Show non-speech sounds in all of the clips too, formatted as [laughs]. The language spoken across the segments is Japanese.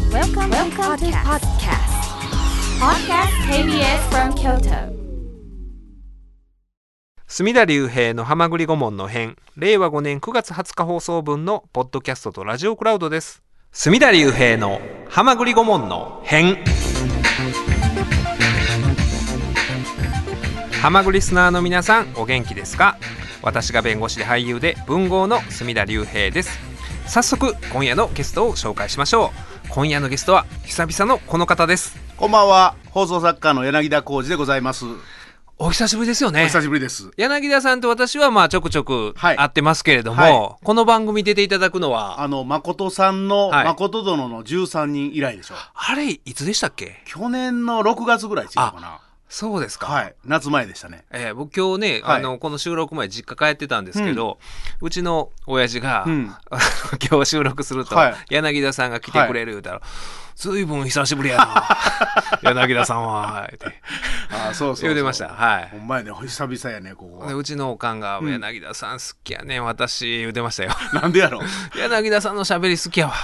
Welcome to Welcome, to podcast. Podcast KBS from Kyoto. 墨田隆平の浜栗顧問の編令和5年9月20日放送分のポッドキャストとラジオクラウドです墨田隆平の浜栗顧問の編浜栗リスナーの皆さんお元気ですか私が弁護士で俳優で文豪の墨田隆平です早速今夜のゲストを紹介しましょう今夜のゲストは久々のこの方ですこんばんは、放送作家の柳田浩二でございます。おお久しぶりですよね久しぶりです。柳田さんと私はまあちょくちょくはい会ってますけれども、はこの番組出ていただくのは、あの、誠さんの、はい誠殿の13人以来でしょ。あれ、いつでしたっけ去年の6月ぐらい違うかそうですな。か。はい。夏前でしたね。えー僕今日ね、はあいの、この収録前実家帰ってたんですけど、うちの親父が、うん [laughs] 今日収録すると、はい柳田さんが来てくれる言うたら、ずいぶん久しぶりやな。柳田さんは、ってあそうそうそう言うてました。はいほ。んまやね、久々やね、こでこ。うちのおかんが、柳田さん好きやねん私、言うてましたよ。なんでやろう。柳田さんの喋り好きやわ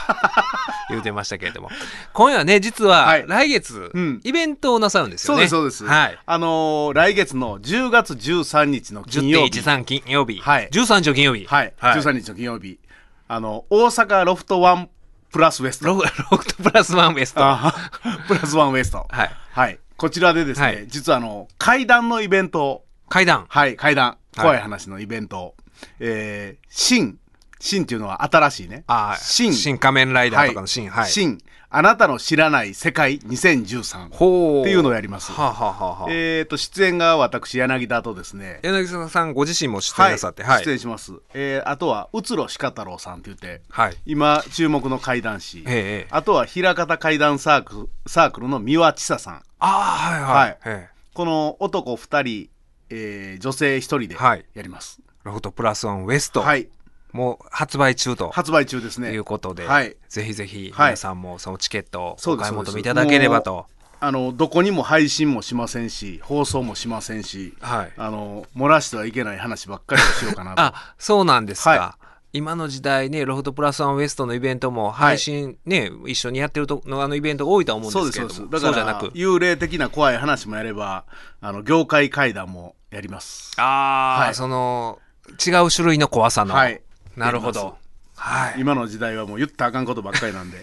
[laughs] 言うてましたけれども今夜はね実ははい来月、うんイベントをなさるんですそようねです、そうです。はいあのー来月の10月13日の金曜日。 10.13金曜日、はい13日の金曜日はい。はい13日の金曜日。あの、大阪ロフトワンプラスウエスト。ロフロフトプラスワンウエストはあ [laughs] プラスワンウエスト。いはい。こちらでですね、はい実はあの、階段のイベントを、階段はい、階段、怖い話のイベントを、えー、新、新っていうのは新しいね。あー新、新仮面ライダーとかの新はい、新、あなたの知らない世界2013。ほっていうのをやりますはあ、はあはあはあえーと、出演が私、柳田とですね、柳沢さんご自身も出演なさってはい、出演します。えー、あとは、うつろしかたろうさんって言って、はい今、注目の怪談師、ええあとは、平方怪談サークルサークルの三輪千佐さん。ああはいはい、ええこの男2人、えー女性1人でははいやります。ロフトプラスワンウエスト、はい。もう発売中と発売中ですとね。いうことで、はい。ぜひぜひはい皆さんもそのチケットをそおうです買い求そうでめすいただければと。あの、どこにも配信もしませんし、放送もしませんし、はいあの、漏らしてはいけない話ばっかりをしようかなと。あそうなんですか、は今の時代ねロフトプラスワンウエストのイベントも配信ね、一緒にやってるとのあのイベント多いとは思うんそうでですす、けれ [laughs] そうどでもす。そだうじかゃならく、幽霊的な怖い話もやれば、あの、業界会談もやります。ああ、はいその違う種類の怖さの、はいなるほやりどはい今の時代はもう言ったらあかんことばっかりな [laughs] んで。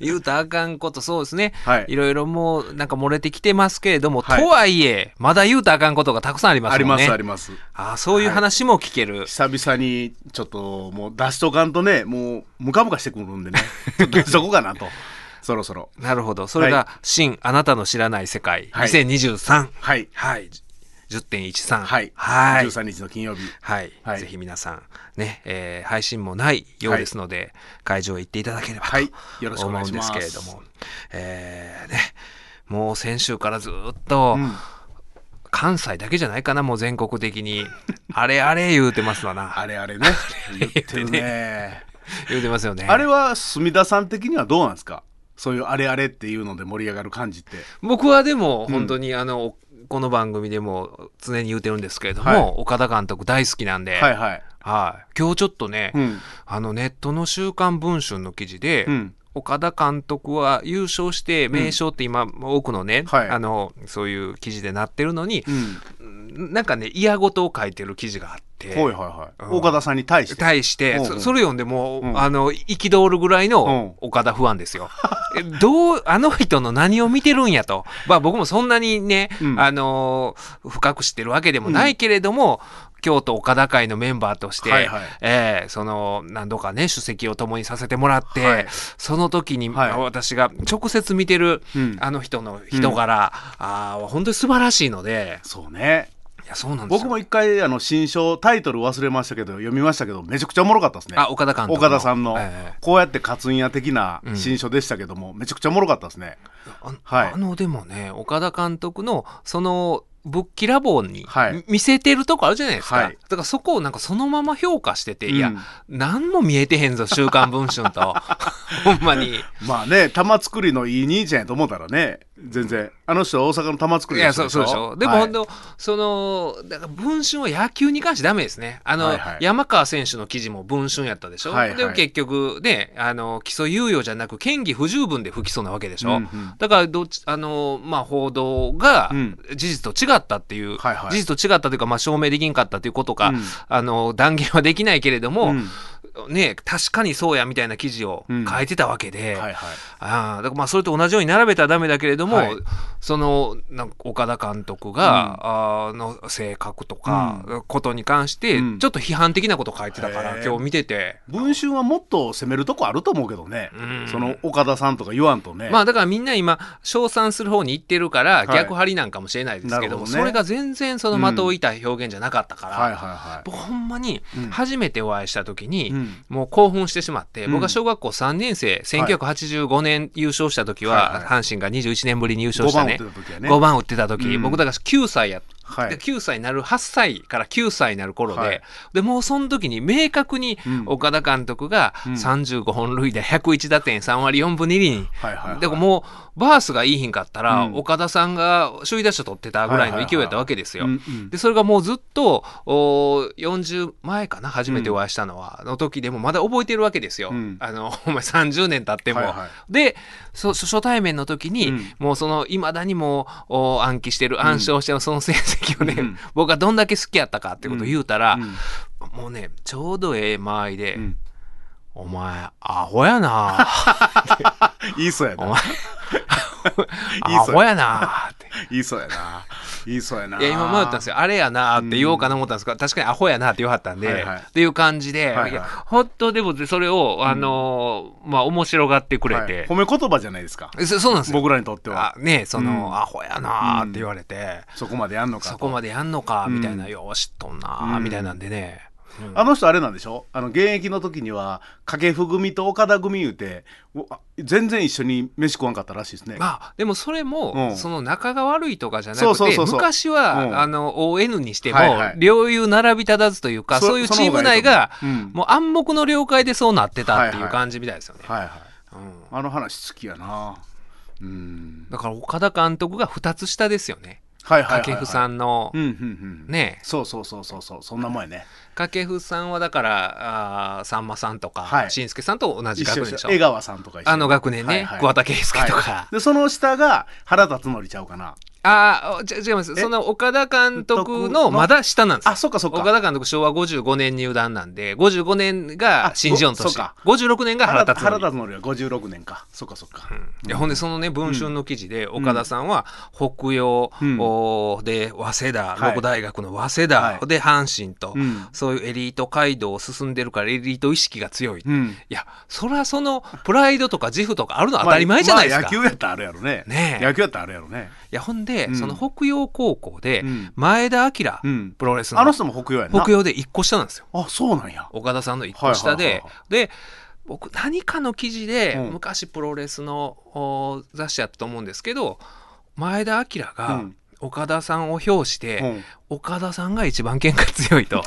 言うたらあかんことそうですね、はいろいろもうなんか漏れてきてますけれども、はいとはいえまだ言うたらあかんことがたくさんありまあすりもんまねす、あります。あーそういう話も聞ける、久々にちょっともう出しとかんとねもうムカムカしてくるん [laughs] でねちょっと出しとこうかなとそろそろなるほど。それが、は新、あなたの知らない世界、はい2023。はいはい。10.13。はい、はい。 13日の金曜日はい、はいぜひ皆さん、ね、えー配信もないようですので、会場へ行っていただければとはいよろしくお思願うんいしでますすけれども、えーね、もう先週からずっと、うん関西だけじゃないかな、もう全国的 [laughs] に、あれあれ言うてますわな。あれあれね言ってるね言うてますよね。あれは墨田さん的にはどうなんですかそういうあれあれっていうので盛り上がる感じって僕はでも本当にあの、この番組でも常に言うてるんですけれども、はい岡田監督大好きなんで、ははいいはい今日ちょっとね、うんあのネットの「週刊文春」の記事で、うん岡田監督は優勝して名称って今、多くのね、はいあのそういう記事でなってるのにう、んなんかね嫌事を書いてる記事があって。はいはいはいうん岡田さんに対して対して、うんそうんそれ読んでもう、うんあの、憤るぐらいの岡田不安ですよ。えどう、あの人の何を見てるんやと。まあ僕もそんなにね、うんあのー深く知ってるわけでもないけれども、京都岡田会のメンバーとして、はいはいえーその、何度かね、主席を共にさせてもらって、はいその時に、はい私が直接見てる、うんあの人の人柄、あー本当に素晴らしいので、そうねいや、そうなんですよ。僕も一回あの新書タイトル忘れましたけど読みましたけどめちゃくちゃおもろかったですねあ、岡田監督の。岡田さんの、えーこうやって勝つんや的な新書でしたけども、めちゃくちゃおもろかったですね。あのはいあのでもね岡田監督のそのぶっきらぼうにはい見せてるとこあるじゃないですか、はいだからそこをなんかそのまま評価してて、うんいや何も見えてへんぞ「 [laughs] 週刊文春と」ほんまにまあね、玉作りのいい兄ちゃんやと思ったらね、全然あの人は大阪の玉作いりのや人そうそうでしょでも、本当そのだから文春は野球に関してダメですねあの、はいはい山川選手の記事も文春やったでしょ、はいはいでも結局ねあの起訴猶予じゃなく嫌疑不十分で不起訴なわけでしょ、うんうんだからどっちあの、まあ、報道がうん事実と違ったっていう、はいはい事実と違ったというか、まあ、証明できんかったということか、うんあの断言はできないけれども、うんね、確かにそうやみたいな記事をうん書いてたわけで。はいはいああだからまあそれと同じように並べたらダメだけれども、はいそのなんか岡田監督が、あーの性格とか、ことに関してうんちょっと批判的なこと書いてたから、へー今日見てて。文春はもっと攻めるとこあると思うけどね、うんその岡田さんとか言わんとね、まあだからみんな今称賛する方に行ってるからい逆張りなんかもしれないですけども、なるほどねそれが全然その的を射た表現じゃなかったから、はいはいは僕ほんまにうん初めてお会いした時に、い、うんもう興奮してしまって、うん僕が小学校3年生1985年優勝した時は、はいはい阪神が21年ぶりに優勝5した番打ねってた時はね5番打ってた時、うん僕だから9歳や、はいで9歳になる8歳から9歳になる頃で、はいでもうその時に明確にうん岡田監督がうん35本塁打101打点3割4分2厘、はいはいはいでもうバースがいいひんかったら、うん岡田さんが首位打者取ってたぐらいの勢いやったわけですよ。うんうんでそれがもうずっとおー40前かな初めてお会いしたのは、の時でもまだ覚えてるわけですよ、うんあのお前30年経っても、はいはでそそ初対面の時に、うんもうそのいまだにもうお暗記してる暗唱してるその成績をね、うん僕がどんだけ好きやったかってことを言うたら、うんもうねちょうどええ間合いで、うんお前アホやな [laughs] 言いそうやおな前いいっアすねホやなって。言いそうやな言いそうやないや今迷ったんですよあれやなーって言おうかな思ったんですけど、確かにアホやなって言わはったんで、はいはいっていう感じで、いはいいや本当でもそれをあのーまあ面白がってくれはいて、褒め言葉じゃないですかそそうなんですよ僕らにとってあはねその、うんアホやなーって言われて、そこまでやんのかとそこまでやんのかみたいな、うんよう知っとんなーうんみたいなんでね、うんあの人あれなんでしょあの現役の時には掛布組と岡田組言うておあ全然一緒に飯食わんかったらしいですねまあでもそれも、うんその仲が悪いとかじゃなくてそうそうそうそう昔は、うんあの ON にしても、はいはい領有並び立たずというかそそういうチーム内がその方がいいと思ううんもう暗黙の了解でそうなってたっていうはいはい感じみたいですよね。はいはいうんあの話好きやなうんだから岡田監督が2つ下ですよねはいはいはい、はい、掛布さんのうんうんうんねそうそうそうそうそうそんなもんやね掛布さんはだからあーさんまさんとか、はいしんすけさんと同じ一学緒年一でし緒ょ江川さんとか一緒あの学年ね、はいはい桑田佳祐とか、はいでその下が原辰徳ちゃうかなああじゃ違いますえその岡田監督監督ののまだ下なんですよあそっかそっか岡田監督昭和55年入団なんで55年が新ジオンあとそしっか56年が原田原田敦原徳辰徳は56年かそっかそっか、いやほんでそのね文春の記事で岡田さんは北洋、うんおーで早稲田はい六大学の早稲田、はいで阪神と、うんそういうエリート街道を進んでるからエリート意識が強い、ういんやそりゃそのプライドとか自負とかあるの当たり前じゃないですか、まあまあ野球やったらあるやろねねえ野球やったらあるやろねいやほんで、うんその北洋高校でうん前田明、うんプロレスのあの人も北洋やな北洋で一個下なんですよあそうなんや岡田さんの一個下で、はいはいはいで僕何かの記事で、うん昔プロレスのお雑誌やったと思うんですけど前田明うがん岡田さんを評して、うん岡田さんが一番喧嘩強 [laughs] いと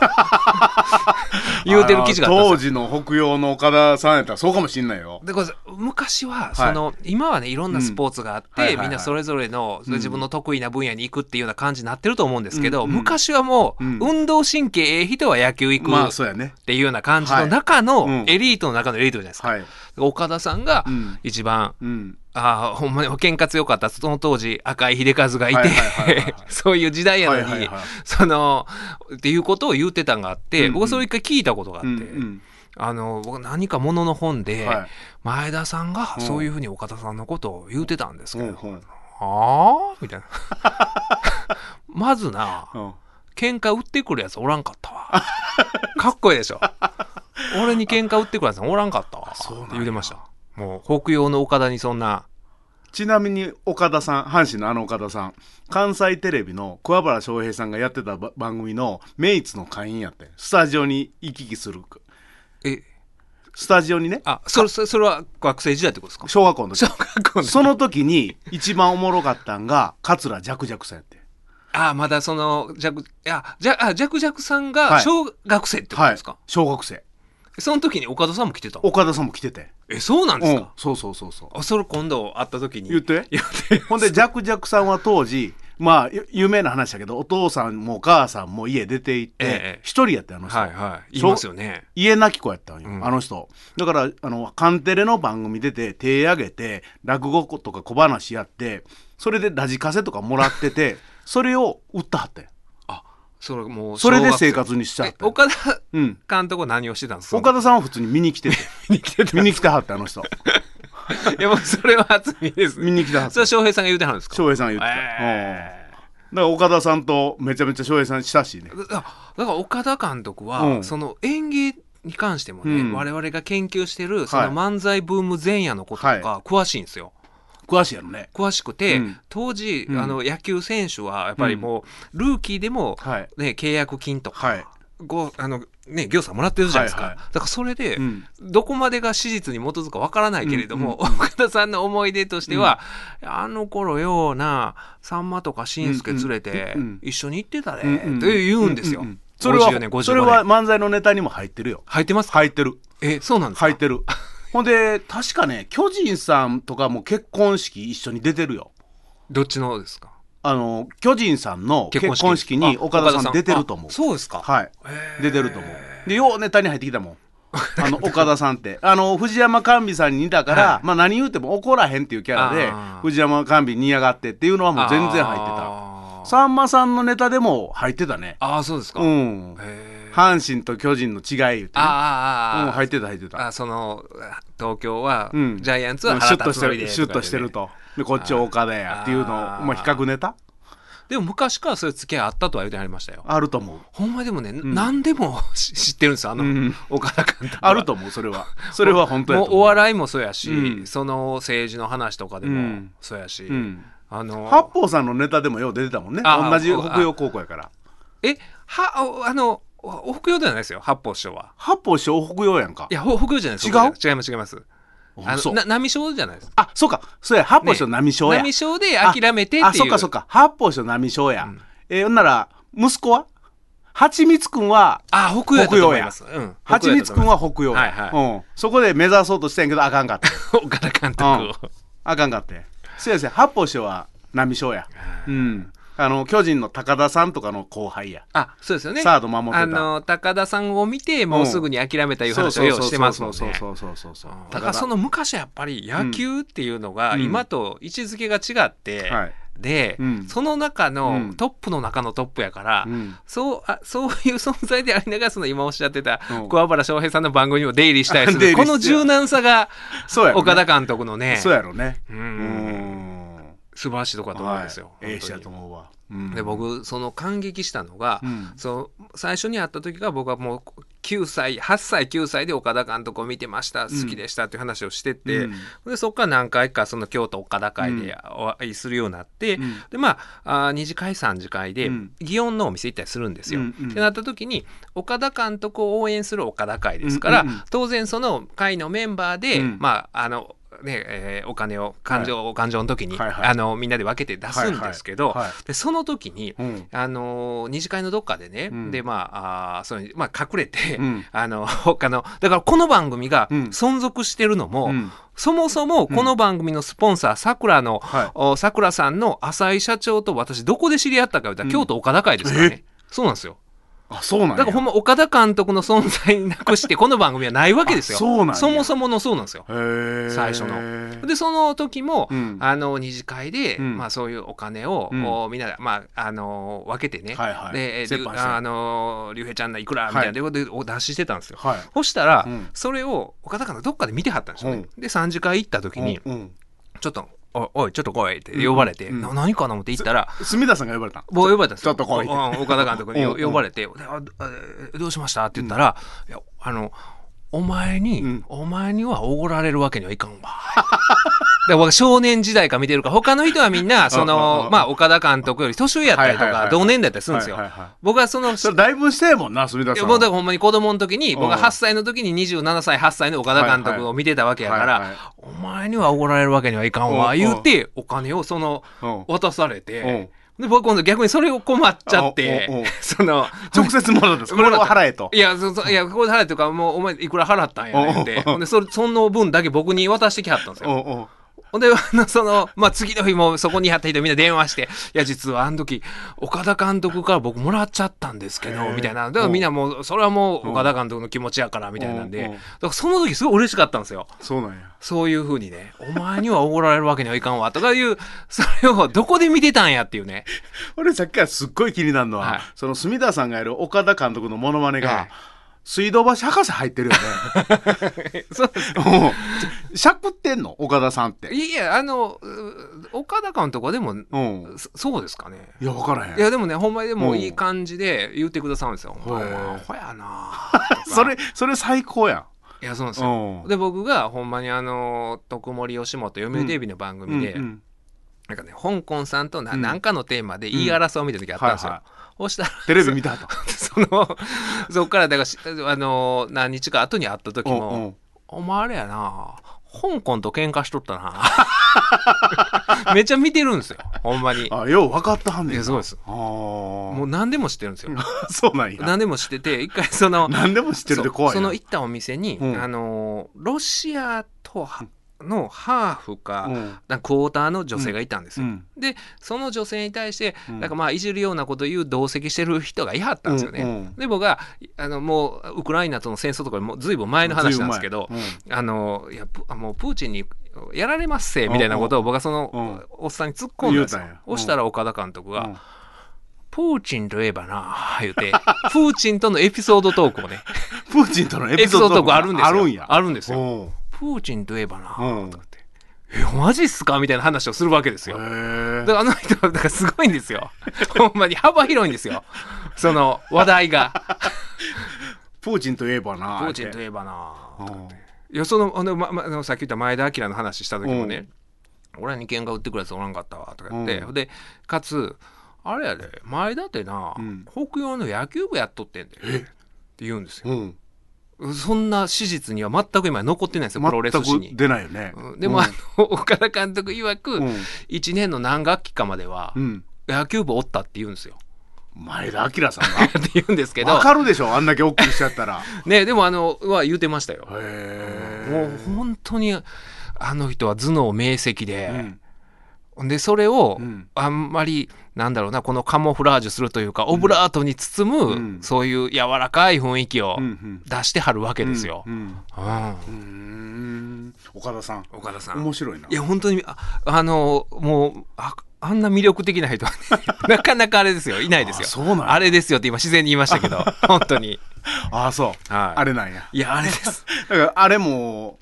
言うてる記事があったんですよ当時の北洋の岡田さんやったらそうかもしんないよでこれ昔はその、今はねいろんなスポーツがあって、うんはいはいはいみんなそれぞれのうん自分の得意な分野に行くっていうような感じになってると思うんですけど、うんうん昔はもう、うん運動神経ええ人は野球行くまあっそうやねていうような感じの中の、はいうんエリートの中のエリートじゃないですか、はい岡田さんがうん一番、うんああほんまに喧嘩強かったその当時赤井秀和がいはいてはいはいはい [laughs] そういう時代やのに、はいはいはいそのっていうことを言ってたんがあって、うんうん僕はそれ一回聞いたことがあっうて、んうんあの僕何かものの本で、はい前田さんがうんそういうふうに岡田さんのことを言ってたんですうけど、んうんああみたいな [laughs] まずなうん喧嘩売ってくるやつおらんかったわかっこいいでしょ俺に喧嘩売ってくるやつおらんかったわそうなんやって言うてましたもう北洋の岡田にそんなちなみに岡田さん阪神のあの岡田さん関西テレビの桑原翔平さんがやってたば番組のメイツの会員やってスタジオに行き来するえスタジオにねあそれそれそれは学生時代ってことですか小学校の時小学校の時 [laughs] その時に一番おもろかったんが桂ジャクジャクさんやってあまだそのジャクいやじゃあジャクジャクさんはがい小学生ってことですか、小学生その時に岡田さんも来てたの岡田さんも来ててえそうなんですうんか、そうそうそうそうあそれ今度会った時に言って言ってほんでジャクジャクさんは当時まあゆ有名な話だけどお父さんもお母さんも家出て行っええて一人やってあの人、はい [laughs] はい言いますよね家なき子やったんよ、うんあの人だからあのカンテレの番組出て手挙げて落語とか小話やってそれでラジカセとかもらっ [laughs] ててそれを売ったはってんあそれもうそれで小学生生活にしちゃっえたん岡田うん監督は何をしてたんですか岡田さんは普通に見に来てて見に来てた [laughs] 見に来てはってあの [laughs] 人いやもうそれは厚みです見ねに来てはってそれは翔平さんが言うてはるんですか翔平さんが言ってた、うんえだから岡田さんとめちゃめちゃ翔平さん親しいねえだだから岡田監督は、うんその演芸に関してもね、うん我々が研究してるそのはい漫才ブーム前夜のこととか詳しいんですよ、詳しいやろね詳しくて、うん当時、うんあの野球選手はやっぱりもう、ルーキーでも、はいね、契約金とか、はいごあのね、業者もらってるじゃないですか、はいはだからそれで、うんどこまでが史実に基づくかわからないけれども、岡田さんの思い出としては、あの頃ようなさんまとかしんすけ連れて、うんうんうん一緒に行ってたで、うんうんって言うんですよ、ううそれは54年55年それは漫才のネタにも入ってるよ入ってますか入ってるえそうなんですか、入ってるほんで確かね巨人さんとかも結婚式一緒に出てるよどっちのですかあの巨人さんの結婚式にあ岡田さん出てると思うあそうですか、はいへー出てると思うでようネタに入って [laughs] きたもんあの岡田さんってあの藤山甘美さんに似たから、はまあ、何言うても怒らへんっていうキャラであー藤山甘美にやがってっていうのはもう全然入ってたあーさんまさんのネタでも入ってたねああそうですか、うへんえ阪神と巨人の違い言うてねあーあーあーうん入ってた入ってたあそのあ東京は、うんジャイアンツうはんシ原ュッと田しつてもりでるシュッとしてるかとでこっちは岡田やっていうのをあーまあ比較ネタでねでも昔からそういう付き合いあったとは言うてはりましたよあると思うほんまでもね、ん何でも [laughs] 知知ってるんですよあの、うん岡田監督はあると思うそれはそれは本当 [laughs] やもとう思うお笑いもそうやし、うんその政治の話とかでうもんそうやし、うんあの八方さんのネタでもよう出てたもんねあー同じ北洋高校やからえはおあのお北洋ではないですよ八方師匠は八方師匠北洋やんかいやほ北洋じゃないです違う北洋じゃない違います違いあますあそのうな波章じゃないですあそうかそうや八方師匠並将や波章で諦めてっていうあそっかそっか八方師匠並将やんえーほんなら息子ははちみつくんはあ北洋だと思いますうんはちみつくんは北洋はいはいうんそこで目指そうとしたんやけどあかんかった岡田監督を、あかんかって。せやせや、八方師匠は波章や。うん。あの、巨人の高田さんとかの後輩や。あそうですよねサード守ってたあの高田さんを見てもうすぐに諦めたいう話をそうよそううしてますもんねそうそうそうそうそうそう。だからその昔はやっぱり野球っていうのがうん今と位置づけが違って、はいで、うんその中うのんトップの中のトップやから、うんそうあそういう存在でありながらその今おっしゃってたうん桑原翔平さんの番組にも出入りしたりす出る入こりしての柔軟さがそうやろね岡田監督のねそうやろね。ううんん。素晴らしいとこだと思うんですよ。はいえ本え当人やにと思うわ。うんで、僕その感激したのが、うんその最初に会った時が僕はもう9歳8歳9歳で岡田監督を見てました好きでしたっていう話をしてて、うんでそこから何回かその京都岡田会でお会いするようになって、うんでまああ2次会3次会でうん祇園のお店行ったりするんですよ。うんうんってなった時に岡田監督を応援する岡田会ですから、うんうんうん当然その会のメンバーで、うんまああのねえーお金を感情、お感情の時に、はいはいあのみんなで分けて出すんですけど、はいはいはいでその時に、うんあのー二次会のどっかでね、うんでまああーそういうまあ、隠れて、うん [laughs] あの他のだからこの番組がうん存続してるのも、うんそもそもこの番組のスポンサーさくらのはいおさくらさんの浅井社長と私どこで知り合ったか言ったら、京都岡田会ですからね。そうなんですよあ、そうなんやだからほんま岡田監督の存在なくしてこの番組はないわけですよあそうなんやそもそものそうなんですよへえ最初の。でその時も、うんあの二次会で、うんまあ、そういうお金を、うんおみんなで、まああの分けてね、はいはいでえー折りゅ半してあの竜兵ちゃんのいくらみたいなで、でお出ししてたんですよ。はい。そしたら、うんそれを岡田監督どっかで見てはったんですよ、ねうで3次会行った時に、うんうんちょっと「おいおいちょっと来い」って呼ばれて「うんな何かな?」思って行ったら隅田さんが呼ばれたんもう呼ばれたんですよ。ちょっと来いってうん岡田監督にようんうん呼ばれて、でああえどうしましたって言ったら、いや、あの、お前に、うんお前にはおごられるわけにはいかんわ。で僕少年時代から見てるから、他の人はみんな、そ [laughs] うんうんのう、んまあ、岡田監督より年上やったりとはいはいはいか、はい同年代だったりするんですよはいはいはい。僕はその、それだいぶしてえもんな、隅田いさやんもは。うだからほんまに子供の時に僕がうん8歳の時に27歳8歳の岡田監督を見てたわけやかはいはいはいら「お前にはおごられるわけにはいかんわ」うん言うてお金をそのうん渡されてで僕今度逆にそれを困っちゃっておおお [laughs] その直接もら [laughs] ったんですこれは払えといや、そそいや、ここで払えというか、もう、お前、いくら払ったんやねんっおうおて。うほんで、それ、その分だけ僕に渡してきはったんですおよ。おほんで、あの、その、まあ、次の日も、そこにいはった人みんな電話して、いや、実はあの時、岡田監督から僕もらっちゃったんですけへど、えみたいな。だからみんなもう、それはもう、岡田監督の気持ちやから、みたいなんで。おうだおうから、その時、すごい嬉しかったんですよ。そうなんやそういうふうにね、お前にはおごられるわけにはいかんわ、とかいう、それを、どこで見てたんやっていう [laughs] ね。俺さっきからすっごい気になるのは、はいその隅田さんがやる岡田監督のモノマネが、はい水道橋博士入ってるよねそうですうん [laughs] しゃくってんの岡田さんっていや、あの、う岡田監督はでも、うんそそうですかね。いや分からへんいやでもねほんまにでもうんいい感じで言ってくださるんですよ。ほんまへえアホやな [laughs] それそれ最高やいやそうなんですんよ。うんで僕がほんまにあの徳森吉本読売テレビの番組で、うんなんかね香港さんとな,、うんん、かのテーマで言い争うみたいな時あったんですよ。うんはいそしたらテレビ見たと [laughs] そのそっからだからしあの何日か後に会った時も「うんうんお前あれやな香港と喧嘩しとったな」 [laughs] めっちゃ見てるんですよほんまに。あよう分かったはんねいんやそうです。あももう何でも知ってるんですよ。そうなんや [laughs] 何でも知ってて一回その [laughs] 何でも知ってるで怖いそなうその行ったお店に、うんあのーロシアとはのハーフか,、うんなんかクォーターの女性がいたんですうよ、んでその女性に対して、うんなんかまあいじるようなこと言う同席してる人がいはったんですよね、うんうんで僕があのもうウクライナとの戦争とかもうずいぶん前の話なんですけど、ずいぶん前あのいやプもうプーチンにやられますせみたいなことを僕はそのおっさんに突っ込んだんですよ言うたんやうん押したら岡田監督うんが、うんプーチンといえばなあ言うてプーチンとのエピソードトークをねプーチンとのエエピピソソーードドトトークークあるんですよ。あるんやあるんですよ。おうプーチンといえばな、うんとかって。え、マジっすかみたいな話をするわけですへよ。だーからあの人は、だからすごいんですよ。ほんまに幅広いんですよ。その話題が。プーチンといえばプなーチンといええばな。ばいや、その、あの、ま、まあのさっき言った前田明の話した時もうね、俺に喧嘩売ってくるやつおらんかったわ、とか言って。うで、かつ、あれやで、前田ってな、うん北洋の野球部やっとってんで。って言うんですよ。うんそんな史実には全く今残ってないんですよ、プロレス史全にく。出ないよねうんでも、あの [laughs] 岡田監督曰く、うん1年の何学期かまではう、ん野球部おったって言うんですよ。 [laughs] 前田明さんがって言うんです [laughs] けどわ、かるでしょあんだけ大きくしちゃったらね、でもあの、は言うてましたよ。へえもう本当に、あの人は頭脳明晰うで、んで、それをうん、あんまり、なんだろうな、このカモフラージュするというか、オブラートに包うんむ、そういう柔らかい雰囲気をうんうん出してはるわけですよう。んうんうんうーん岡田さん岡田さん。面白いないや、本当に、ああの、もう、ああんな魅力的な人はね、 [laughs] なかなかあれですよ、いないですよ。あそうなんやあれですよって今自然に言いましたけ [laughs] ど、本当に。ああそうはい。あれなんやいや、あれです。だからあれも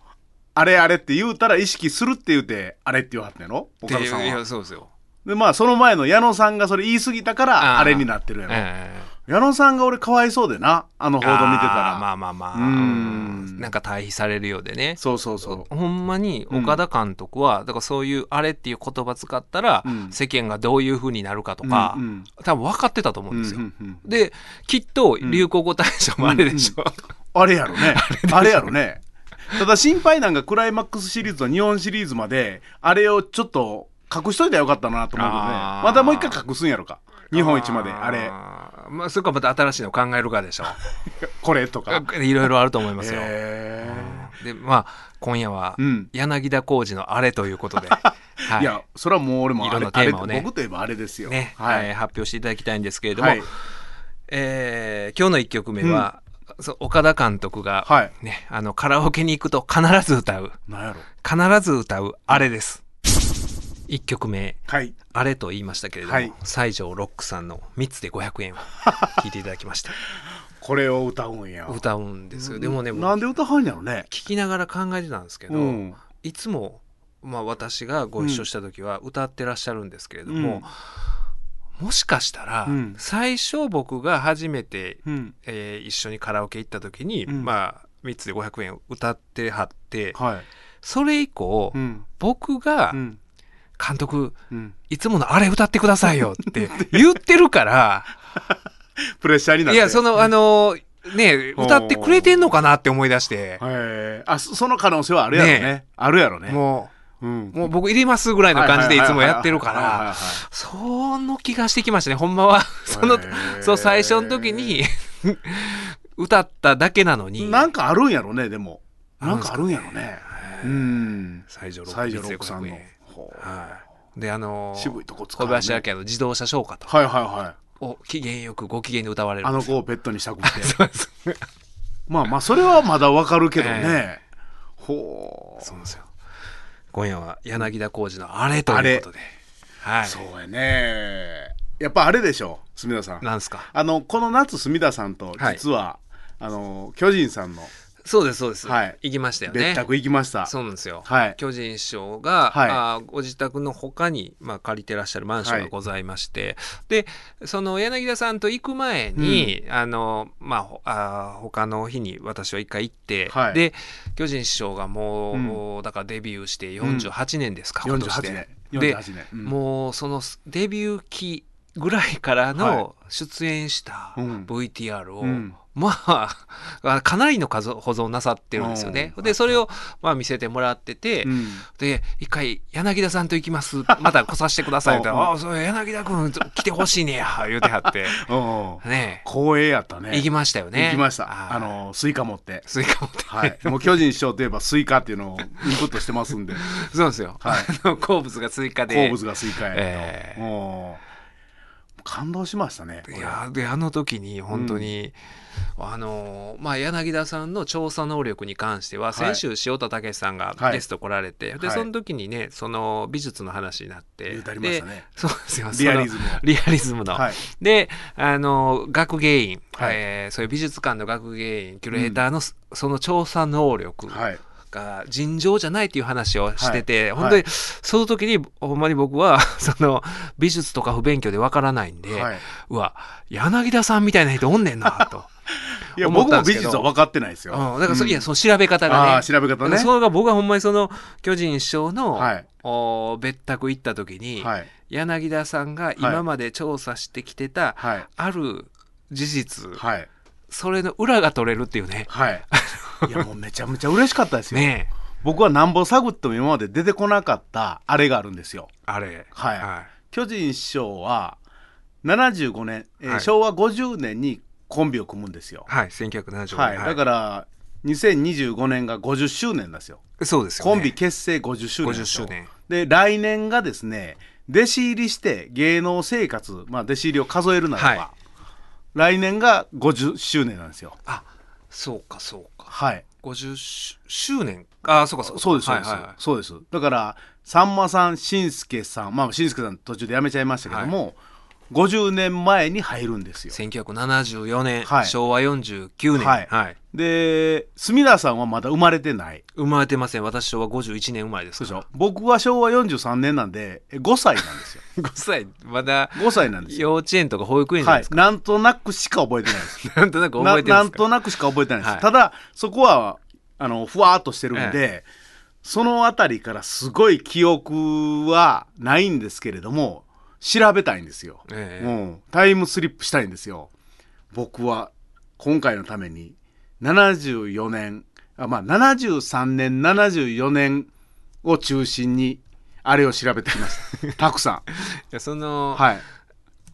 あれあれって言うたら意識するって言うてあれって言わはったんやろ岡田さんっていはや、そうですよ。でまあその前の矢野さんがそれ言い過ぎたかあらーあれになってるやろ、え矢野さんが俺かわいそうでなあのえ報道見てたらあーまあまあまあ。ううんんなんか対比されるようでね。そうそうそうほんまにうん岡田監督は、だからそういうあれっていう言葉使ったら、うん世間がどういう風になるかとか、うんうん多分分かってたと思うんですよ。うんうんうんで、きっと流行語大賞もあれでしょ。あれや [laughs] ろねあれやろねただ心配なんかクライマックスシリーズと日本シリーズまであれをちょっと隠しといたらよかったなと思うけどねあーまたもう一回隠すんやろか日本一まであれーまあ、それかまた新しいの考えるかで [laughs] しょこれとかう。いろいろあると思いますよ。へで、まあ、今夜はー、うん柳田浩二のあれという [laughs] ことで、はいやそれはもう俺もあいれろんなテーマをねあれ僕といえばあれですよね、はえーい発表していただきたいんですけれども、はいえー今日の1曲目は、そう岡田監督が、はいね、あの、カラオケに行くと必ず歌う、なんやろ必ず歌うあれです。1曲目、はいあれと言いましたけれども、はい西条ロックさんの3つで500円を聴いていただきま [laughs] した。これを歌うんや歌うんですよ。でもね、もうなんで歌はんやろね聞きながら考えてたんですけど、うんいつも、まあ、私がご一緒した時は歌ってらっしゃるんですけれどうんも、もしかしたら、うん最初僕が初めて、うんえー一緒にカラオケ行った時に、うんまあ3つで500円歌ってはってはいそれ以降、うん僕がうん「監督うんいつものあれ歌ってくださいよ」って言ってるからプレッシャーになっいてやそのあのねおー歌ってくれてんのかなって思い出してはいあそその可能性はあるやろねねあるやろねもうんもう僕入れますぐらいの感じでいつもやってるかはいはいはいはいはいはいらはい、その気がしてきましたね。ほんまは、そのへー、そう最初の時 [laughs] に歌っただけなのに、なんかあるんやろねでもあるなんんすかかあるんやろねうん西条西条六六ささんんのの。ほうはい。で、あのー渋いとこ使小うね林明の自動車消化と、はいはいはを機嫌よくご機嫌で歌われいるあんで [laughs] のす子をペットにしたくてそうですまあまあそれはまだわかるけどえねほうそうなんですよ。今夜は柳田浩二のあれということで。はい。そうやねやっぱあれでしょ隅田さんなんですか。あのこの夏隅田さんとはい実は、あの巨人さんのそうです、そうです。はい行きましたよね。別宅行きました、そうなんですよ、はい巨人師匠が、はいあーご自宅の他にまあ、借りてらっしゃるマンションがございまして、でその柳田さんと行く前に、あのまあほあー他の日に私は一回行って、はいで巨人師匠がもう、だからデビューして48年ですか、今年48で年で48年うんもうそのデビュー期ぐらいからはいの出演したうん VTR を、うんまあ [laughs] かなりの数保存なさってるんですよね。うんでそれをまあ見せてもらってて、うんで一回「柳田さんと行きます [laughs] また来させてください」[laughs] って言ったら「うんああそう柳田君来てほしいね [laughs] や」言うてはってうんね光栄やったね行きましたよね。行きましたはいあのスイカ持ってスイカ持って、 [laughs] はい、もう巨人師匠といえばスイカっていうのをインプットしてます [laughs] んでそうなんですよ、はいあの好物がスイカで好物がスイカやと、ええもう感動しましたねいやーであの時に本当に、あのーまあ、柳田さんの調査能力に関しては先週塩田武さんがはいゲスト来られて、ではいその時にねその美術の話になって、言うてありましでたねそうですよリアリズムをそのリアリズムの、はいであのー学芸員、はいえーそういう美術館の学芸員キュレーターの、その調査能力はいが尋常じゃないっていう話をしてて、はい本当にはその時にほんまに僕は [laughs] その美術とか不勉強でわからないんで、はいうわ柳田さんみたいな人おんねんなと。いや思っ僕たんもです美けど術は分かって [laughs] ないですよ、うん、だからそ、うんいやその調べ方がねあー調べ方ねだからそれが僕はほんまにその巨人師匠の、はいおー別宅行った時に、はい柳田さんが今まで調査してきてた、はいある事実、 [laughs] はいそれの裏が取れるっていうね。はいいやもうめちゃめちゃ嬉しかったですよ、ねえ僕はなんぼ探っても今まで出てこなかったあれがあるんですよあれ。はい巨人師匠は75年、えーはい昭和50年にコンビを組むんですよはい、1970年、はい、だから2025年が50周年なんですよらそうですよ、ね、コンビ結成50周年なん50です周よ年で来年がですね弟子入りして芸能生活、まあ、弟子入りを数えるならば、は来年が50周年なんですよあそうかそうかはい50周周年あそうかそうかそうですそうです、はいはいはいそうですだからさんまさんしんすけさんまあしんすけさん途中で辞めちゃいましたけども、50年前に入るんですよ1974年、はい昭和49年、はいで隅田さんはまだ生まれてない生まれてません私昭和51年生まれですそうかでしらょ僕は昭和43年なんでえ5歳なん [laughs] ですよ5歳まだ5歳なんですよ幼稚園とか保育園じゃなはいいです、か、なんとなくしか覚えてないですなんとなく [laughs] 覚なえてるなんんですかとなくしか覚えてないです、はいただそこはあのふわーっとしてるんで、その辺りからすごい記憶はないんですけれども調べたいんですよ、ええうん、タイムスリップしたいんですよ僕は今回のために74年あまあ73年74年を中心にあれを調べてき [laughs] ましたたくさいやそんの、はい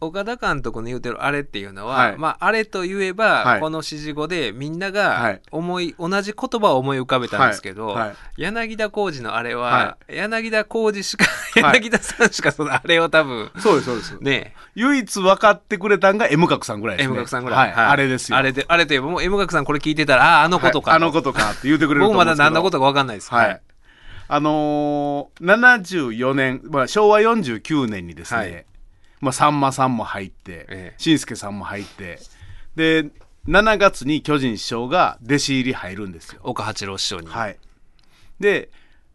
岡田監督の言うてるあれっていうのは、はいまあ、あれといえば、はいこの指示語でみんなはがい思い、同じ言葉を思い浮かべたんですけど、はいはい柳田浩二のあれは、は柳田浩二しか、はい柳田さんしかそのあれを多分そうですそうですね唯一分かってくれたんが M 角さんぐらいです、ね、 M 学さんぐらい、はいはいあれですよあれであれといえばもう M 学さんこれ聞いてたらあああのことか、はいあのことかって言ってくれると僕思うまんでだすけど何のことか分かんないですはい、あのー、74年、まあ、昭和49年にですね、はいまあ、さんまさんも入って、ええしんすけさんも入ってで7月に巨人師匠が弟子入り入るんですよ岡八郎師匠に、はいで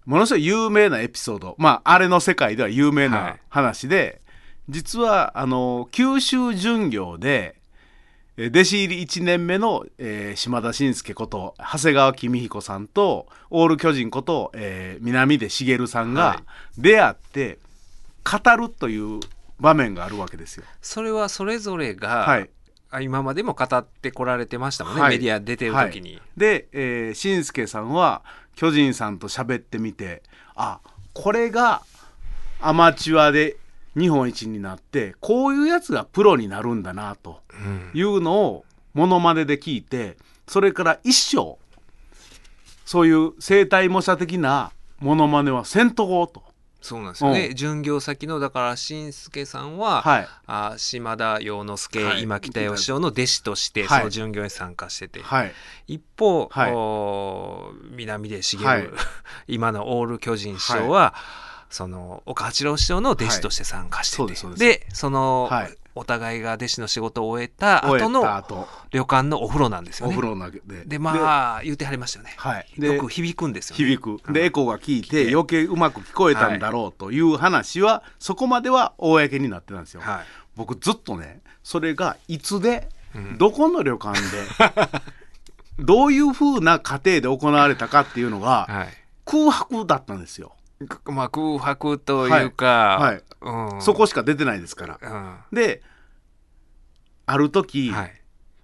ものすごい有名なエピソードまああれの世界では有名はない話で、実はあの九州巡業でえー弟子入り1年目の、えー島田紳介こと長谷川公彦さんとオール巨人こと、えー南出茂さはんが出会って語るという場面があるわけですよ。それはそれぞれが、はいあ今までも語ってこられてましたもんね、はいメディア出てる時に、はいで、えー、しんすけさんは巨人さんと喋ってみてあこれがアマチュアで日本一になってこういうやつがプロになるんだなとうんいうのをモノマネで聞いてそれから一生そういう生体模写的なモノマネはせんとこうと。そうなんですよね、うん巡業先のだから新助さんは、はいあ島田洋之助、はい今北義雄の弟子としてはいその巡業に参加してて、はい、一方、はいお南出茂、はい [laughs] 今のオール巨人師匠は、その岡八郎師匠の弟子として参加してて、はいそうですそうでその、はいお互いが弟子の仕事を終えた終後えのた後旅館のお風呂なんですよおね風。呂投げででまあ言ってはりましたよね。はいでよく響くんですよね。響くうでんエコーが効いて余計うまく聞こえたんだろうという話はそこまでは公になってたんですよ、はい僕ずっとねそれがいつで、うんどこの旅館で [laughs] どういう風な過程で行われたかっていうのがはい空白だったんですよ、くまあ、空白というか、うん、そこしか出てないですからうん、はである時、い、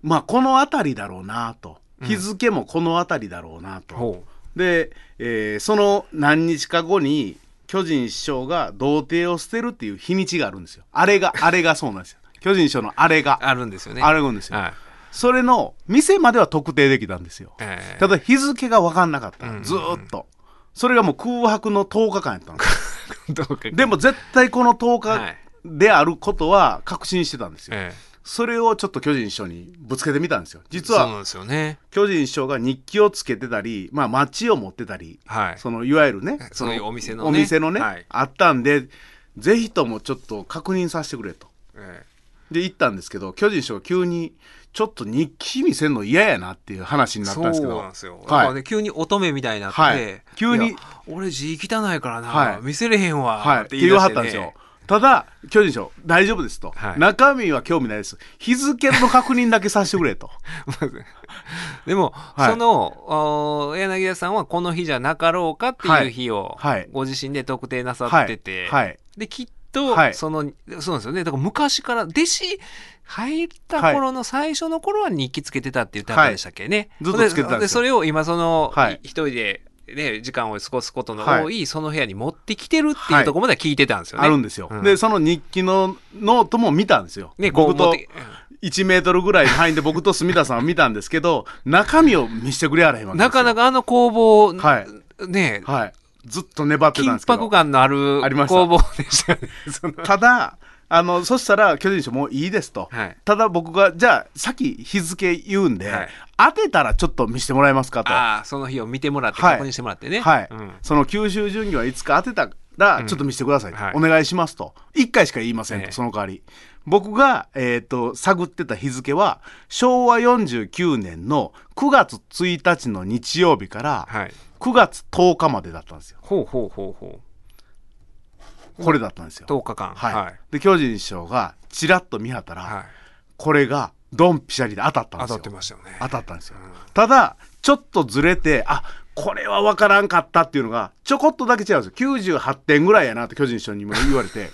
まあこの辺りだろうなとん日付もこの辺りだろうなと、ほで、えーその何日か後に巨人師匠が童貞を捨てるっていう日にちがあるんですよあれがあれがそうなんですよ巨人師匠のあれうがあるんですよね。あれがあるんですよ、はいそれの店までは特定できたんですよ、えーただ日付が分かんなかった、うんずーっとそれがもう空白の10日間やったんですどうかでも絶対この10は日いであることは確信してたんですよ、えそれをちょっと巨人師匠にぶつけてみたんですよー実そうはなんですよね。巨人師匠が日記をつけてたり、まあ、街を持ってたりはい。そのいわゆるねそういうお店のねお店のね、はいあったんでぜひともちょっと確認させてくれとえで行ったんですけど巨人師匠が急にちょっと日記見せんの嫌やなっていう話にーなっそたうんですけどなんですよ、だからはいね、急に乙女みたいになって、はい急にいや俺字汚いからな、はい見せれへんわ、はい、っってて言い言出わはし、ね、ってたんですよただ巨人師匠大丈夫ですと、はい中身は興味ないです日付の確認だけさせて [laughs] くれと [laughs] でも、いそのお柳田さんはこの日じゃなかろうかってはいいう日をはいご自身で特定なさはっていて、はいできっとはいその、そうなんですよねだから昔から弟子入った頃の最初の頃は日記つけてたって言ってはったんでしたっけね、ずっとつけてたんですよでそれを今その、はい一人で、ね、時間を過ごすことのはい多いその部屋に持ってきてるっていうところまでは聞いてたんですよね。あるんですよ、うんでその日記のノートも見たんですよ、ね、こう僕持っとて1メートルぐらいの範囲で僕と住田さんを見たんですけど中身を見せてくれやらへんわけですよなかなかあの工房、はいね、はいずっと粘ってたん緊ですけど迫感のあるありました工房でした [laughs] よね。そのただあのそしたら巨人賞もういいですと、はいただ僕がじゃあさっき日付言うんで、はい当てたらちょっと見せてもらえますかとああその日を見てもらってはい確認してもらってね。はい、うんその九州巡業はいつか当てたらちょっと見せてくださいと、はいお願いしますと1回しか言いませんと、ええその代わり僕が、えー、と探ってた日付は昭和49年の9月1日の日曜日からはい、 9月10日までだったんですよほうほうほうほこれだったんですよう、10日間。はいはいで巨人師匠がちらっと見はったら、はいこれがドンピシャリで当たったん当ですたよってましたよね。当たったんですよ、うんただちょっとずれてあこれは分からんかったっていうのがちょこっとだけ違うんですよ98点ぐらいやなって巨人師匠にも言わ [laughs] れて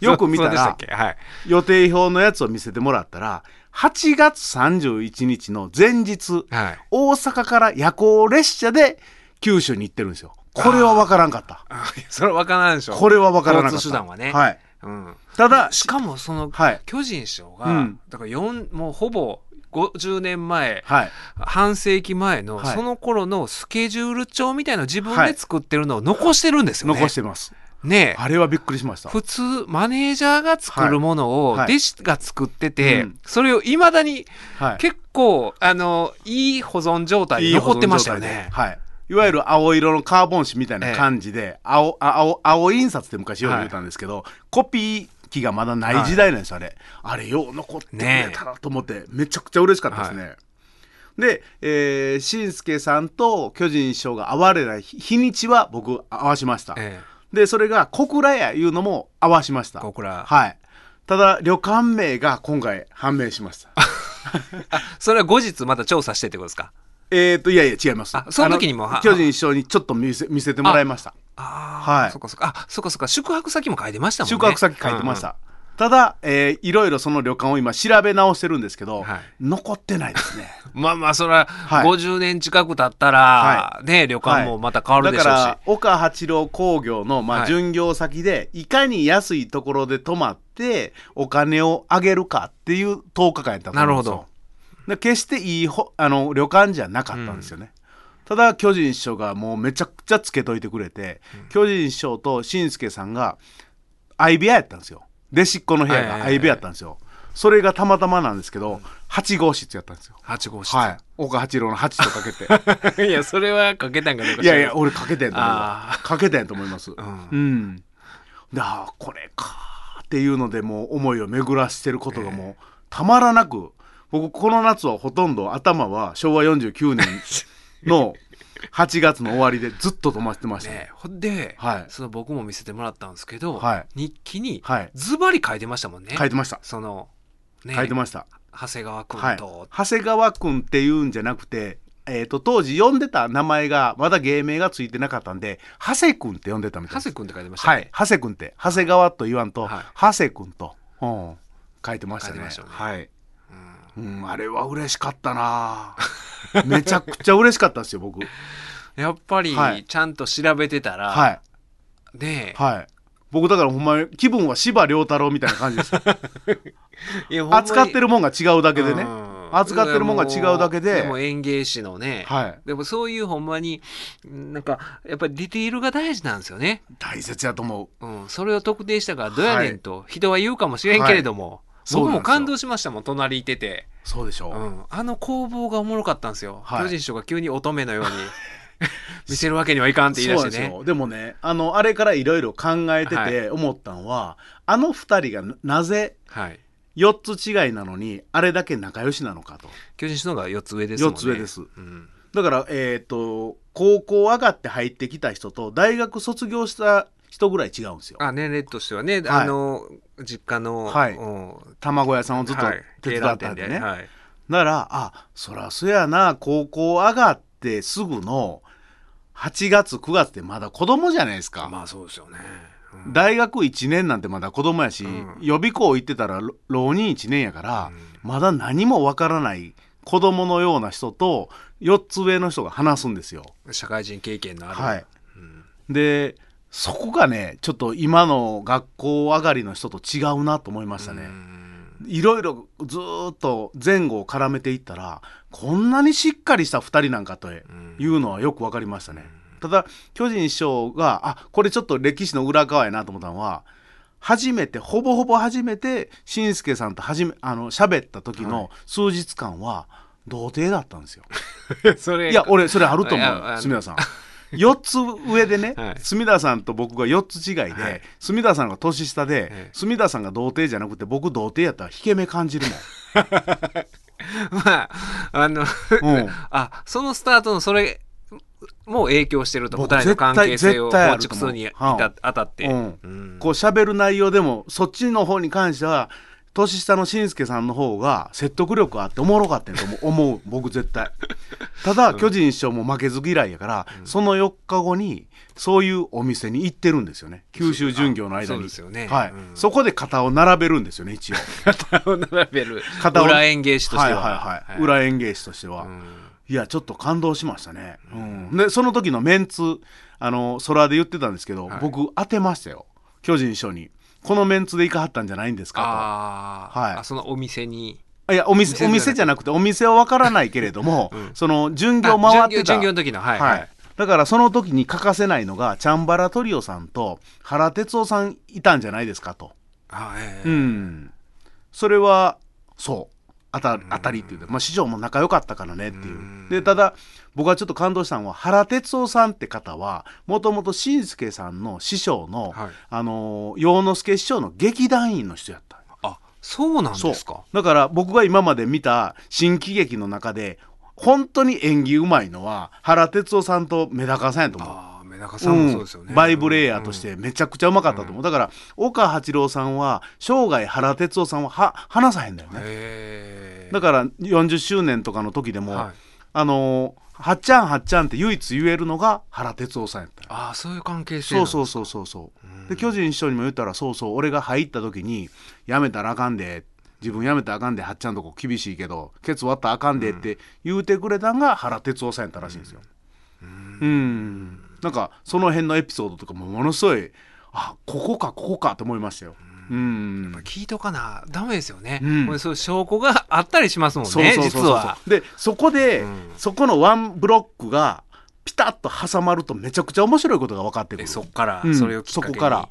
よく見たそうでしたっらけはい。予定表のやつを見せてもらったら8月31日の前日、はい。大阪から夜行列車で九州に行ってるんですよこれは分からんかったあいやそれは分からないでしょ。これは分からなかった交通手段はね。はい、うん。た [laughs] だしかもその、はい巨人師匠が、うんだから四もうほぼ50年前、はい半世紀前の、はいその頃のスケジュール帳みたいなのを自分はでい作ってるのを残してるんですよね。残してますねえあれはびっくりしました普通マネージャーが作るものをはいは弟い子が作ってて、うんそれをいまだにはい結構、あのいい保存状態で残ってましたよいい保存状態ねで。はい。いわゆる青色のカーボン紙みたいな感じで、青あ青青印刷って昔よく言ったんですけど、コピー機がまだない時代なんですよ、あれあれよう残ってくれたなと思って、めちゃくちゃ嬉しかったですね、で、えー、新助さんと巨人師匠が会われない日日にちは僕合わしました、えでそれが小倉屋いうのも合わしました小倉はいただ旅館名が今回判明しましたえそれは後日また調査してってことですかえっといやいや違いますあその時にもあは巨人師匠にちょっと見せ見せてもらいましたああ、はいそっかそっか。あ、そっかそっか。宿泊先も書いてましたもんね。宿泊先書いてまし。た、ただ、えーいろいろその旅館を今調べ直してるんですけど、はい残ってないですねまあまあそれははい50年近く経ったら、はね旅館もまた変わるでしょうし、だから岡八郎工業の、まはあ、い巡業先でいかに安いところで泊まってお金をあげるかっていう10日間やったと思うんですよなるほで決していいほあの旅館じゃなかったんですよね、ただ巨人師匠がもうめちゃくちゃつけといてくれて、巨人師匠と新助さんが相部屋やったんですよ弟子っ子の部屋が相部屋やったんですよ、それがたまたまなんですけど、8号室やったんですよ8号室、はい岡八郎の8とかけ [laughs] てい、やそれはかけたんかどうかい知らやんいけやど俺かけてんと思うわあかけてんと思いますんうんだあこれかっていうのでもう思いを巡らしてることがもうたまらなく僕この夏はほとんど頭は昭和49年の [laughs] 8月の終わりでずっと止まってましたねねほんで、はいその僕も見せてもらったんですけど、はい日記にはいズバリ書いてましたもんね、書いてましたそのね書いてました長谷川君はいと、長谷川君っていうんじゃなくてえーと当時呼んでた名前がまだ芸名がついてなかったんで長谷君って呼んでたみたい長です谷君って書いてましたはね、い、長谷君って長谷川と言わんと、はい長谷君と、うん、書いてました書ねいてましたよねはい、うんうん、あれは嬉しかったな [laughs] めちゃくちゃ嬉しかったですよ僕やっぱり、はいちゃんと調べてたら、はいねはい僕だからほんまに気分は柴良太郎みたいな感じですい [laughs] やほんまに扱ってるもんが違うだけでねうん扱ってるもんが違うだけでもも園芸師のね、はいでもそういうほんまになんかやっぱりディテールが大事なんですよね、大切やと思ううん、それを特定したからどうやねんと人は言うかもしれんけれども、そ僕うなんですよも感動しましたもん隣いてて、そうでしょうう、ん、あの攻防がおもろかったんですよ、はい巨人師匠が急に乙女の [laughs] ように見せるわけにはいかんって言い出そうしでてすねよでもねあのあれからいろいろ考えてはて思ったのは、あの二人がななぜはい4つ違いなのにあれだけ仲良しなのかと巨人師匠の方が4つ上ですもんね四つ上ですうんだから、えっ、と、高校上がって入ってきた人と、大学卒業した人ぐらい違うんですよ。あ年齢としてはね、あの実家の、はいうん卵屋さんをずっとはい手伝ってんでね。鶏卵店はいなら、あ、そらそやな、高校上がってすぐの、8月、9月ってまだ子供じゃないですか。まあそうですよね、うん大学1年なんてまだ子供やし、うん予備校行ってたらろ浪人1年やから、まだ何もわからない子供のような人と、4つ上の人が話すんですよ。社会人経験のある、はい。うんでそこがねちょっと今の学校上がりの人と違うなと思いましたうね、んいろいろずーっと前後を絡めていったらこんなにしっかりした2人なんかというのはよく分かりましたね、ただ巨人師匠があこれちょっと歴史の裏側やなと思ったのは初めてほぼほぼ初めて紳助さんとはじめあの喋った時の数日間は童貞だったんですよ、 [laughs] それいや俺それあるとい思やあうの隅田さん4つ上で [laughs] ね、はい隅田さんと僕が4つ違いで、はい隅田さんが年下で、ええ隅田さんが童貞じゃなくて僕童貞やったら引け目感じるまああの、[laughs] もん、うん、あそのスタートのそれもう影響してると僕二人の関係性を絶対構あると築思すうるにいた当たって、うんうんこう喋る内容でもそっちの方に関しては年下の紳助さんの方が説得力あっておもろかったんやと思う思う [laughs] 僕絶対ただ、巨人師匠も負けず嫌いやから、その4日後にそういうお店に行ってるんですよね九州巡業の間にそうですよねはいうんそこで肩を並べるんですよね一応肩を並べる肩を裏演芸師としては、はいはいはい、裏演芸師としては、うんいやちょっと感動しましたね、うん、でその時のメンツあの空で言ってたんですけど、はい僕当てましたよ巨人師匠にこのメンツで行かはったんじゃないんですあかー、はいあそのお店にといやお店おお店店じじゃゃななくてお店は分からないけれども、 [laughs] うんその巡あ業回って巡た業巡業の時のはい、ははいい、だからその時に欠かせないのがチャンバラトリオさんと原哲夫さんいたんじゃないですかと、あええうん、それはそう当た当たりっていうか、まあ、師匠も仲良かったからねっていううんでただ僕はちょっと感動したのは原哲夫さんって方はもともと紳助さんの師匠の、はいあのー洋之助師匠の劇団員の人やったあそうなんそうですかだから僕が今まで見た新喜劇の中で本当に演技うまいのは原哲夫さんとメダカさんやと思うああメダカさんもそうですよね、んバイブレイヤーとしてめちゃくちゃうまかったと思う、だから岡八郎さんは生涯原哲夫さんはは話さへんだよね、へえだから40周年とかの時でも、はいあのーはっちゃんはっちゃんって唯一言えるのが原哲夫さんやったああそういう関係性そううそうそうそうそううんで巨人師匠にも言ったらそうそう俺が入った時にやめたらあかんで自分辞めたらあかんではっちゃんとこ厳しいけどケツ割ったらあかんでって言うてくれたんが原哲夫さんやったらしいんですよ。うんなんかその辺のエピソードとかもものすごいあここかここかと思いましたよ。うん聞いとかなダメですよね、うんこれそういう証拠があったりしますもんね実はでそこで、うんそこのワンブロックがピタッと挟まるとめちゃくちゃ面白いことが分かってくでるそっから、うんそれをきっかけにそこから、うん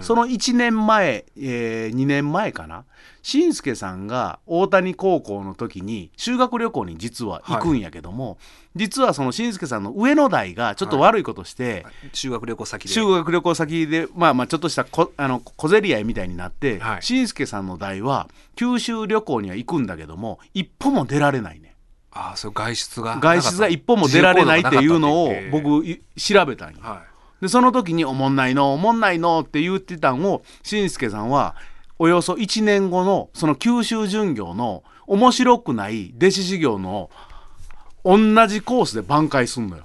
その1年前、え2年前かな新助さんが大谷高校の時に修学旅行に実は行くんやけども、実はその新助さんの上の代がちょっと悪いことして、修学旅行先で修学旅行先で、まあ、まあちょっとしたこあの小競り合いみたいになって、はい新助さんの代は九州旅行には行くんだけども一歩も出られないね。ああそう外出が外出が一歩も出られないっていうのを僕い調べたんよはでその時に「おもんないのおもんないの」って言ってたんをしんすけさんはおよそ1年後のその九州巡業の面白くない弟子修行の同じコースで挽回すんのよ。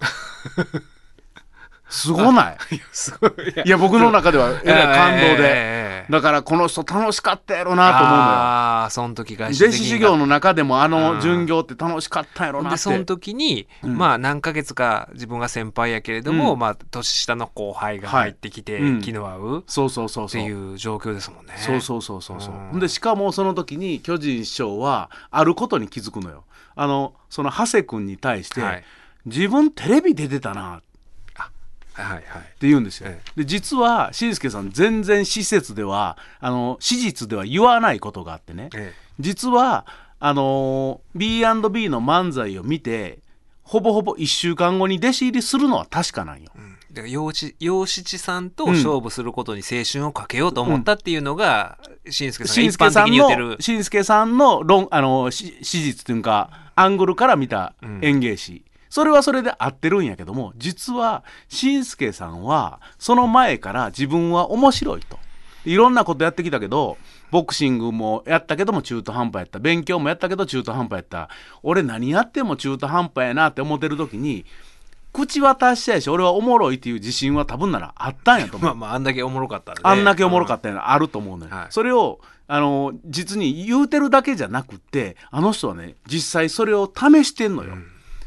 すごないいやすごいいや僕の中で [laughs] はえらい感動で。ええだからこの人楽しかったやろなと思うのよ。ああその時外出弟でき子んか修行の中でもあうのん巡業って楽しかったやろなっでて。その時に、うんまあ何ヶ月か自分が先輩やけれども、うんまあ年下の後輩がはい入ってきて、うん気の合うっそうそうそうそてう。いう状況ですもんね。そうそうそうそうそう、うんでしかもその時に巨人師匠はあることに気づくのよあのその長谷君に対して、はい自分テレビ出てたなっはいはいて言うんですよ、えで実は紳助さん全然施設ではあの史実では言わないことがあってねえ実はあの B&B の漫才を見てほぼほぼ1週間後に弟子入りするのは確かなんよえうんだから陽七陽七さんとうん勝負することに青春をかけようと思ったっていうのが、紳助しんすさんけがさ一般的んに言ってるの、しんすけさんの論、あの、し史実というか、アングルから見たうん演芸史。それはそれで合ってるんやけども、実は、しんすけさんは、その前から自分は面白いと。いろんなことやってきたけど、ボクシングもやったけども中途半端やった。勉強もやったけど中途半端やった。俺何やっても中途半端やなって思ってる時に、口渡したいし、俺はおもろいっていう自信は多分ならあったんやと思うまあ。まああんだけおもろかったらねあんだけおもろかったのあると思うのよ、はいそれをあの実に言うてるだけじゃなくってあの人はね実際それを試してんのよ、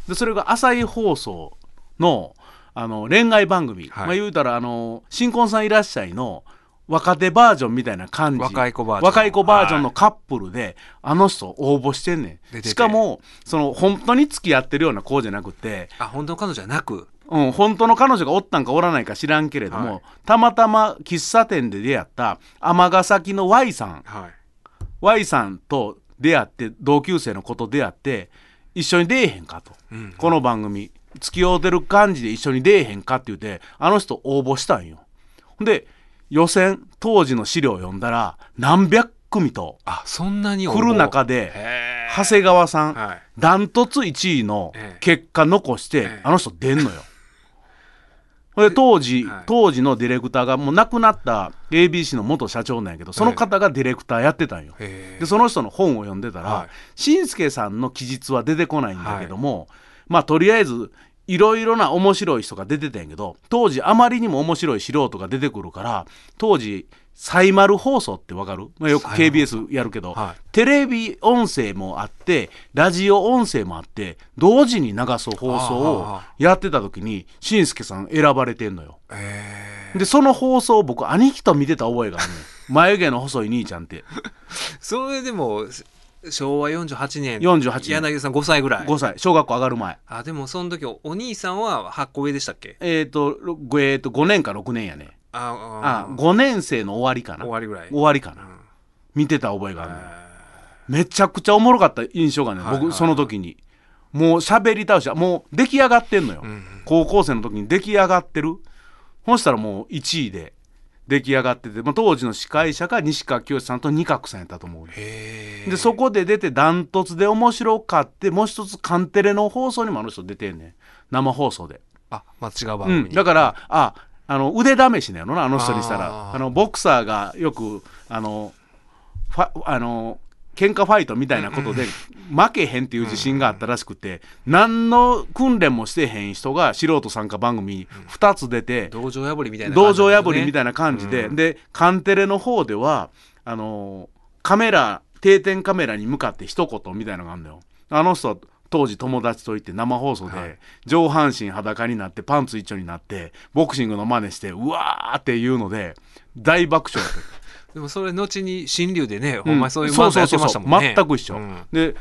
でそれが朝日放送のあの恋愛番組、はいまあ言うたらあの「新婚さんいらっしゃい」の若手バージョンみたいな感じ若い子バージョン若い子バージョンのカップルで、あの人応募してんね出てんてしかもその本当に付き合ってるような子じゃなくてあ本当の彼女じゃなくうん、本当の彼女がおったんかおらないか知らんけれども、はいたまたま喫茶店で出会った尼崎の Y さんはい Y さんと出会って同級生の子と出会って一緒に出えへんかと、うんこの番組付き合うてる感じで一緒に出えへんかって言うてあの人応募したんよほんで予選当時の資料を読んだら何百組とあそんなに来る中でで長谷川さんはいダントツ1位のええ結果残して、ええあの人出んのよ。 [laughs] で当時、はい当時のディレクターがもう亡くなった ABC の元社長なんやけどその方がディレクターやってたんよ。へえでその人の本を読んでたはらい紳、ん助さんの記述は出てこないんだけども、まあとりあえずいろいろな面白い人が出てたんやけど当時あまりにも面白い素人が出てくるから当時サイマル放送ってわかる、まあ、よくサイマル KBS やるけど、はいテレビ音声もあってラジオ音声もあって同時に流す放送をやってた時に紳助さん選ばれてんのよ。へえでその放送を僕兄貴と見てた覚えがあるのよ [laughs] 眉毛の細い兄ちゃんってそれでも昭和48年48年柳田さん5歳ぐらい5歳小学校上がる前。あでもその時おお兄さんは8個上でしたっけえっ、と、ろごえーと、5年か6年やね。ああ、5年生の終わりかな。終わりぐらい終わりかうな。ん見てた覚えがあるのよへめちゃくちゃおもろかった印象がね、はいはい僕、その時に。もう喋り倒した。もう出来上がってんのよ。んうん高校生の時に出来上がってる。そしたらもう1位で出来上がってて、まあ、当時の司会者が西川きよしさんと二角さんやったと思うね。えでそこで出てダントツで面白かってもう一つカンテレの放送にもあの人出てんねん生放送であまた違う番う組ん、かだからああの腕試しなのなあの人にしたらああーのボクサーがよくあのファあの喧嘩ファイトみたいなことで負けへんっていう自信があったらしくて、何の訓練もしてへん人が素人参加番組に2つ出て、道場破りみたいな道場破りみたいなな感じで、うんでカンテレの方ではあのカメラ定点カメラに向かって一言みたいなのがあるのよあの人は当時友達といって生放送はいで上半身裸になってパンツ一丁になってボクシングの真似してうわーっていうので大爆笑やったでもそれ後に新竜でね、うんお前そういう漫才やってましたもんねそうそうそうそう全んく一緒、で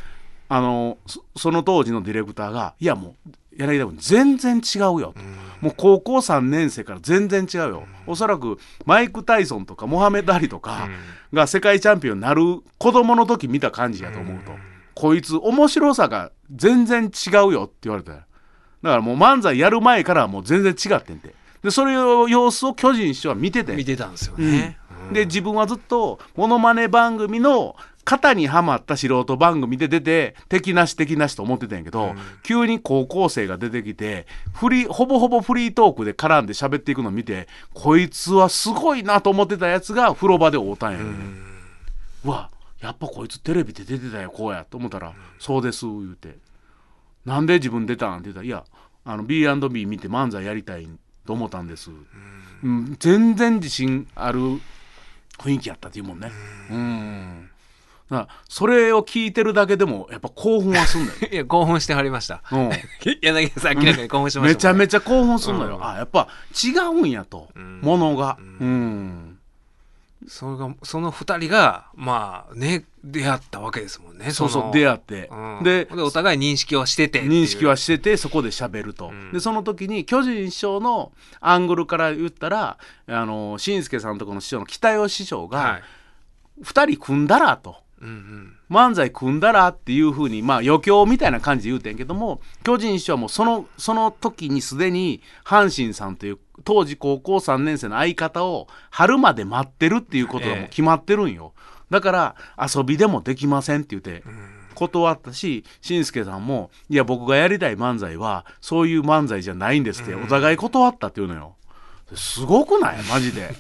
あのそその当時のディレクターが「いやもう柳田君全然違うよ」と、もう高校3年生から全然違うよ、おそらくマイク・タイソンとかモハメド・アリとかが世界チャンピオンになる子供の時見た感じやと思うと、こいつ面白さが全然違うよって言われたよだからもう漫才やる前からはもう全然違ってんてでそれを様子を巨人師匠は見ててん見てたんですよね、うんで自分はずっとモノマネ番組の型にはまった素人番組で出て敵なし敵なしと思ってたんやけど、急に高校生が出てきてフリーほぼほぼフリートークで絡んで喋っていくのを見てこいつはすごいなと思ってたやつが風呂場で会うたんやね、うわやっぱこいつテレビで出てたよこうやと思ったら「そうです」言うて「なんで自分出たん?」って言ったら「いやあの B&B 見て漫才やりたいと思ったんです」うん、全然自信ある雰囲気やったっていうもんねうんだからそれを聞いてるだけでもやっぱ興奮はす [laughs] んだよ、いや興奮してはりましたうん、柳田さん明らかに興奮しまめしちたゃもんね、めちゃ興奮すんのよ、うんあやっぱ違うんやと、んものがうん、それがその二人がまあね出会ったわけですもんねそうそそうの出会って、うんでお互い認識はしててっていう認識はしててそこで喋ると、んでその時に巨人師匠のアングルから言ったらあの紳助さんとこの師匠の北吉師匠はがい、 2人組んだらとうんうん漫才組んだらっていうふうにまあ余興みたいな感じで言うてんけども巨人師匠はもうそのその時にすでに阪神さんという当時高校3年生の相方を春まで待ってるっていうことがもう決まってるんよ、だから遊びでもできませんって言って断ったし紳助さんも「いや僕がやりたい漫才はそういう漫才じゃないんです」ってお互い断ったっていうのよ。すごくないマジで。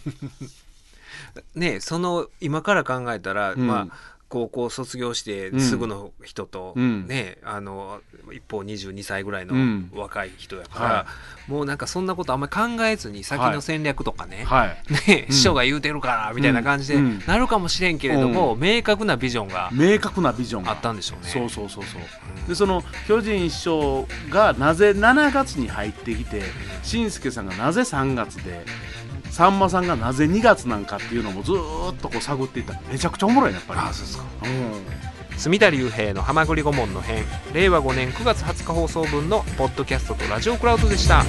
ねその今から考えたら、んまあ高校卒業してすぐの人と、うんねあの一方22歳ぐらいのうん若い人やから、もうなんかそんなことあんまり考えずに先の戦略とかね、はいね師匠が言うてるからみたいな感じでうんなるかもしれんけれども、明確なビジョンが明確なビジョンがあったんでしょうねそうそうそうそうでその巨人師匠がなぜ7月に入ってきて紳助さんがなぜ3月でさんまさんがなぜ2月なんかっていうのもずーっとこう探っていったらめちゃくちゃおもろいねやっぱりあそうですかうん隅田隆平の「はまぐり顧問の編」令和5年9月20日放送分のポッドキャストとラジオクラウドでした。